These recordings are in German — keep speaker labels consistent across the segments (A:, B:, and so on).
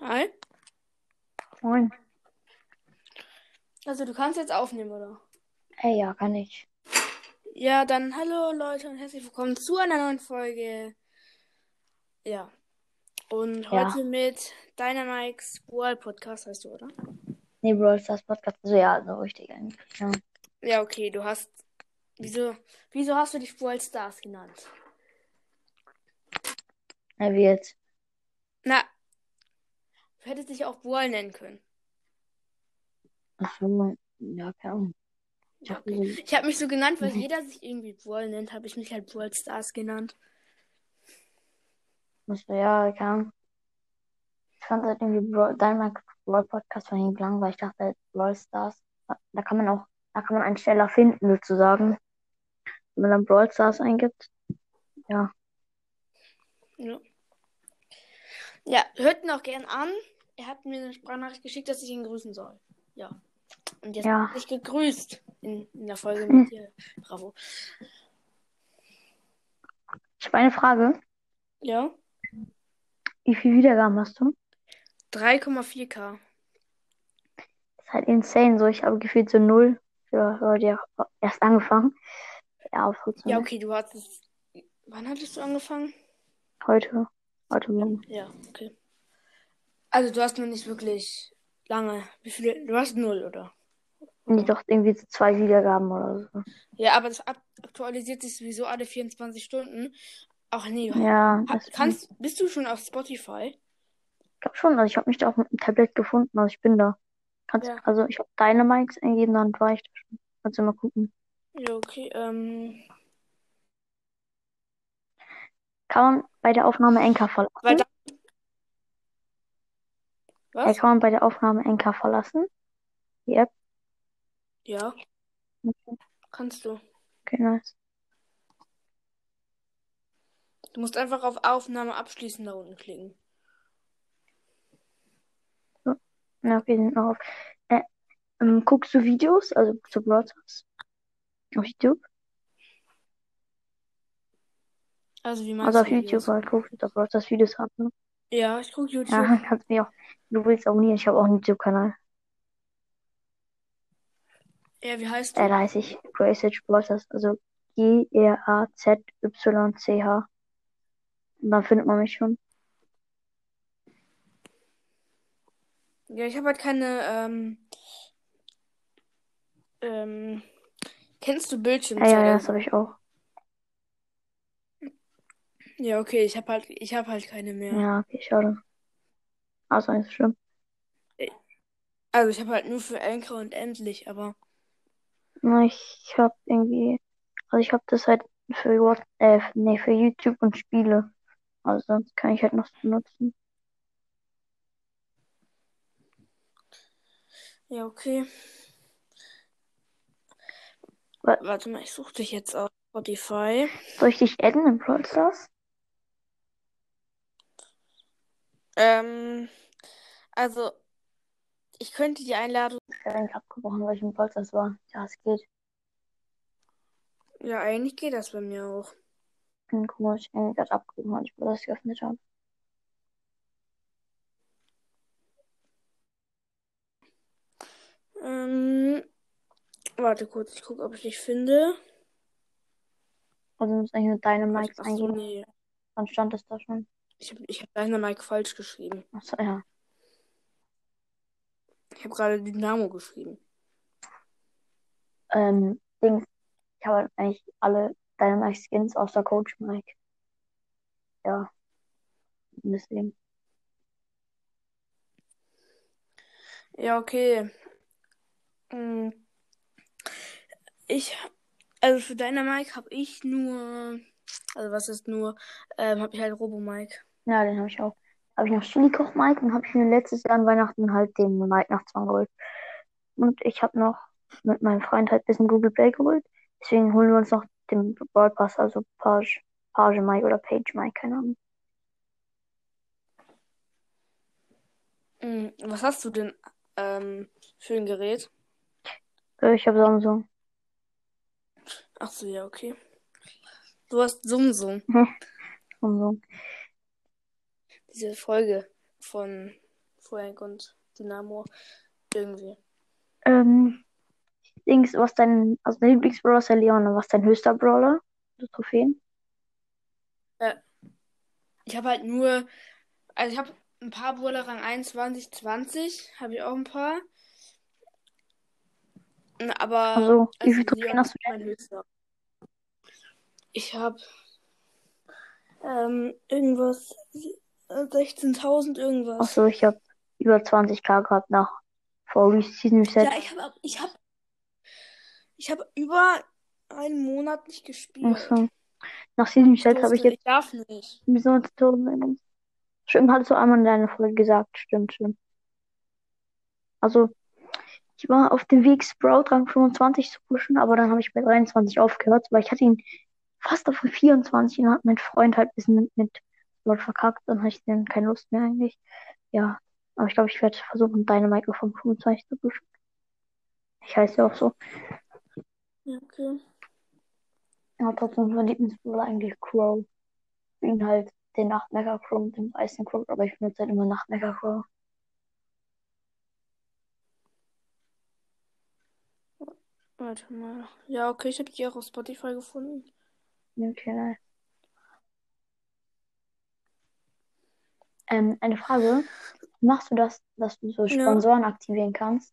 A: Hi.
B: Moin.
A: Also du kannst jetzt aufnehmen, oder?
B: Hey, ja, kann ich.
A: Ja, dann hallo Leute und herzlich willkommen zu einer neuen Folge. Ja. Und
B: Ja.
A: heute mit Dynamikes World Podcast heißt du, oder?
B: Nee, Brawl Stars Podcast. Also ja, so richtig eigentlich. Ja.
A: Ja, okay, du hast. Wieso, wieso hast du dich World Stars genannt?
B: Na, wie jetzt?
A: Na, du hättest dich auch Wall nennen können.
B: Ach so, ja, keine Ahnung. Ich
A: Ja,
B: hab
A: okay.
B: gesehen.
A: Ich habe mich so genannt, weil
B: Mhm.
A: jeder sich irgendwie Wall nennt, habe ich mich halt World Stars genannt.
B: Achso, ja, keine Ahnung. Ich fand halt irgendwie Brawl, dein Brawl Podcast von ihm lang, weil ich dachte, halt, Brawl Stars, da kann man auch, da kann man einen schneller finden, sozusagen. Wenn man dann Brawl Stars eingibt.
A: Ja. Ja, hört ihn auch gern an. Er hat mir eine Sprachnachricht geschickt, dass ich ihn grüßen soll. Ja. Und jetzt
B: Ja. Hm.
A: bin ich gegrüßt in, in der Folge mit dir. Bravo.
B: Ich habe eine Frage.
A: Ja.
B: Wie viel Wiedergaben hast du?
A: 3,4k.
B: Das ist halt insane, so. Ich habe gefühlt so null für Leute, die erst angefangen. Ja, absolut.
A: Ja, okay, du hast es. Wann hattest du angefangen?
B: Heute, heute Morgen.
A: Ja, okay. Also du hast noch nicht wirklich lange. Wie viele? Du hast null, oder?
B: Nee, doch irgendwie so zwei Wiedergaben oder so.
A: Ja, aber das ak- aktualisiert sich sowieso alle 24 Stunden. Ach nee, du-
B: Ja,
A: ha-
B: das
A: kannst, bist du schon auf Spotify?
B: ich glaube schon. Also ich habe mich da auf dem Tablet gefunden, also ich bin da. Kannst,
A: Ja.
B: also ich habe deine Mics eingegeben, dann war ich da schon. Kannst du mal gucken.
A: Ja, okay. Ähm,
B: Kann man bei der Aufnahme Enker verlassen?
A: Weil da-
B: ja,
A: was?
B: kann man bei der Aufnahme Enker verlassen? Die App?
A: Ja,
B: Okay,
A: kannst du.
B: okay, nice.
A: Du musst einfach auf Aufnahme abschließen da unten klicken.
B: Ja, okay, sind noch auf. Äh, ähm, guckst du Videos, also zu Brawl Stars? Auf YouTube?
A: Also wie meinst
B: Also auf
A: du Videos?
B: YouTube, halt guckst du da Brawl Stars Videos ab, ne?
A: Ja, ich gucke YouTube.
B: Ja, kannst mich auch. Du willst abonnieren, ich habe auch einen YouTube-Kanal.
A: Ja, wie heißt du?
B: Äh, da heiße ich Gracich Brothers, also G-R-A-Z-Y-C-H. Und dann findet man mich schon.
A: Ja, ich habe halt keine, ähm, ähm, kennst du
B: Ah, Ja, ja, ja,
A: Bildschirmzeit?
B: das habe ich auch.
A: Ja, okay, ich habe halt, ich habe halt keine mehr.
B: Ja, okay, schade. Also nicht so schlimm.
A: Also ich habe halt nur für Anchor und endlich, aber
B: Na, ich habe irgendwie, also ich habe das halt für What, äh, nee, für YouTube und Spiele. Also sonst kann ich halt noch benutzen.
A: ja, okay.
B: Wa-
A: Warte mal, ich suche dich jetzt auf Spotify.
B: Soll ich dich adden in Brawl Stars?
A: Ähm, also ich könnte die Einladung.
B: Ich habe eigentlich abgebrochen, weil ich in Brawl Stars war. Ja, es geht.
A: Ja, eigentlich geht das bei mir auch.
B: Ich bin komisch, irgendwie gerade abgebrochen, weil ich Brawl Stars geöffnet habe.
A: Ähm, warte kurz, ich gucke, ob ich dich finde.
B: Also du musst eigentlich nur deine
A: Warte,
B: Mics
A: ach so,
B: eingeben,
A: nee.
B: dann stand das da schon.
A: Ich habe ich hab Dynamike falsch geschrieben.
B: Achso, ja.
A: Ich habe gerade Dynamo geschrieben.
B: Ähm, Dings, ich habe halt eigentlich alle Dynamite Skins außer Coach Mike. Ja. Deswegen.
A: Ja, okay. Ähm, Ich, also für Dynamike habe ich nur, also was ist nur, ähm, habe ich halt Robo-Mike.
B: Ja, den habe ich auch. Habe ich noch Chili Koch Mike und habe ich mir letztes Jahr an Weihnachten halt den Mike nach Zwang geholt. Und ich habe noch mit meinem Freund halt ein bisschen Google Play geholt. Deswegen holen wir uns noch den Brawl Pass, also Page, Page Mike oder Page Mike, keine Ahnung.
A: Hm, Was hast du denn ähm, für ein Gerät?
B: Äh, Ich habe Samsung.
A: Ach so, ja, okay. Du hast Samsung.
B: Samsung.
A: Diese Folge von Frank und Dynamo. Irgendwie.
B: Ähm, Dings, was dein, also dein Lieblingsbrawler ist der Leon und was dein höchster Brawler? Die Trophäen?
A: Ich habe halt nur, also ich habe ein paar Brawler Rang 21, 20, habe ich auch ein paar. Na, Aber
B: Also, wie viele
A: also
B: Trophäen
A: Leon
B: hast du
A: ist mein höchster. Ich habe ähm, irgendwas, äh, 16.000 irgendwas.
B: Achso, ich habe über 20k gehabt nach vor Re- Season Reset.
A: Ja, ich habe ich hab, ich hab über einen Monat nicht gespielt.
B: Achso. Nach Season Reset
A: Ich
B: habe ich
A: durfte-
B: jetzt
A: Ich darf nicht.
B: wieso uns Toten. Stimmt, hattest du halt einmal in deiner Folge gesagt. Stimmt, stimmt. Also, ich war auf dem Weg, Sprout Rang 25 zu pushen, aber dann habe ich bei 23 aufgehört, weil ich hatte ihn fast auf Rang 24 und hat mein Freund halt ein bisschen mit, mit Sprout verkackt. Dann hatte ich dann keine Lust mehr eigentlich. Ja, aber ich glaube, ich werde versuchen, Dynamite auf Rang 25 zu pushen. Ich heiße ja auch so.
A: Ja, okay.
B: Ja, trotzdem mein Lieblingsbrawler eigentlich Crow. Ich bin halt den Nachtmerker Crow und den weißen Crow, aber ich benutze halt immer Nachtmerker Crow.
A: Warte mal. Ja, okay, ich habe die auch auf Spotify gefunden.
B: Okay, nice. Ähm, eine Frage. Machst du das, dass du so
A: Ja.
B: Sponsoren aktivieren kannst?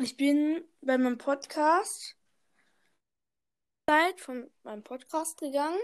A: Ich bin bei meinem Podcast Zeit von meinem Podcast gegangen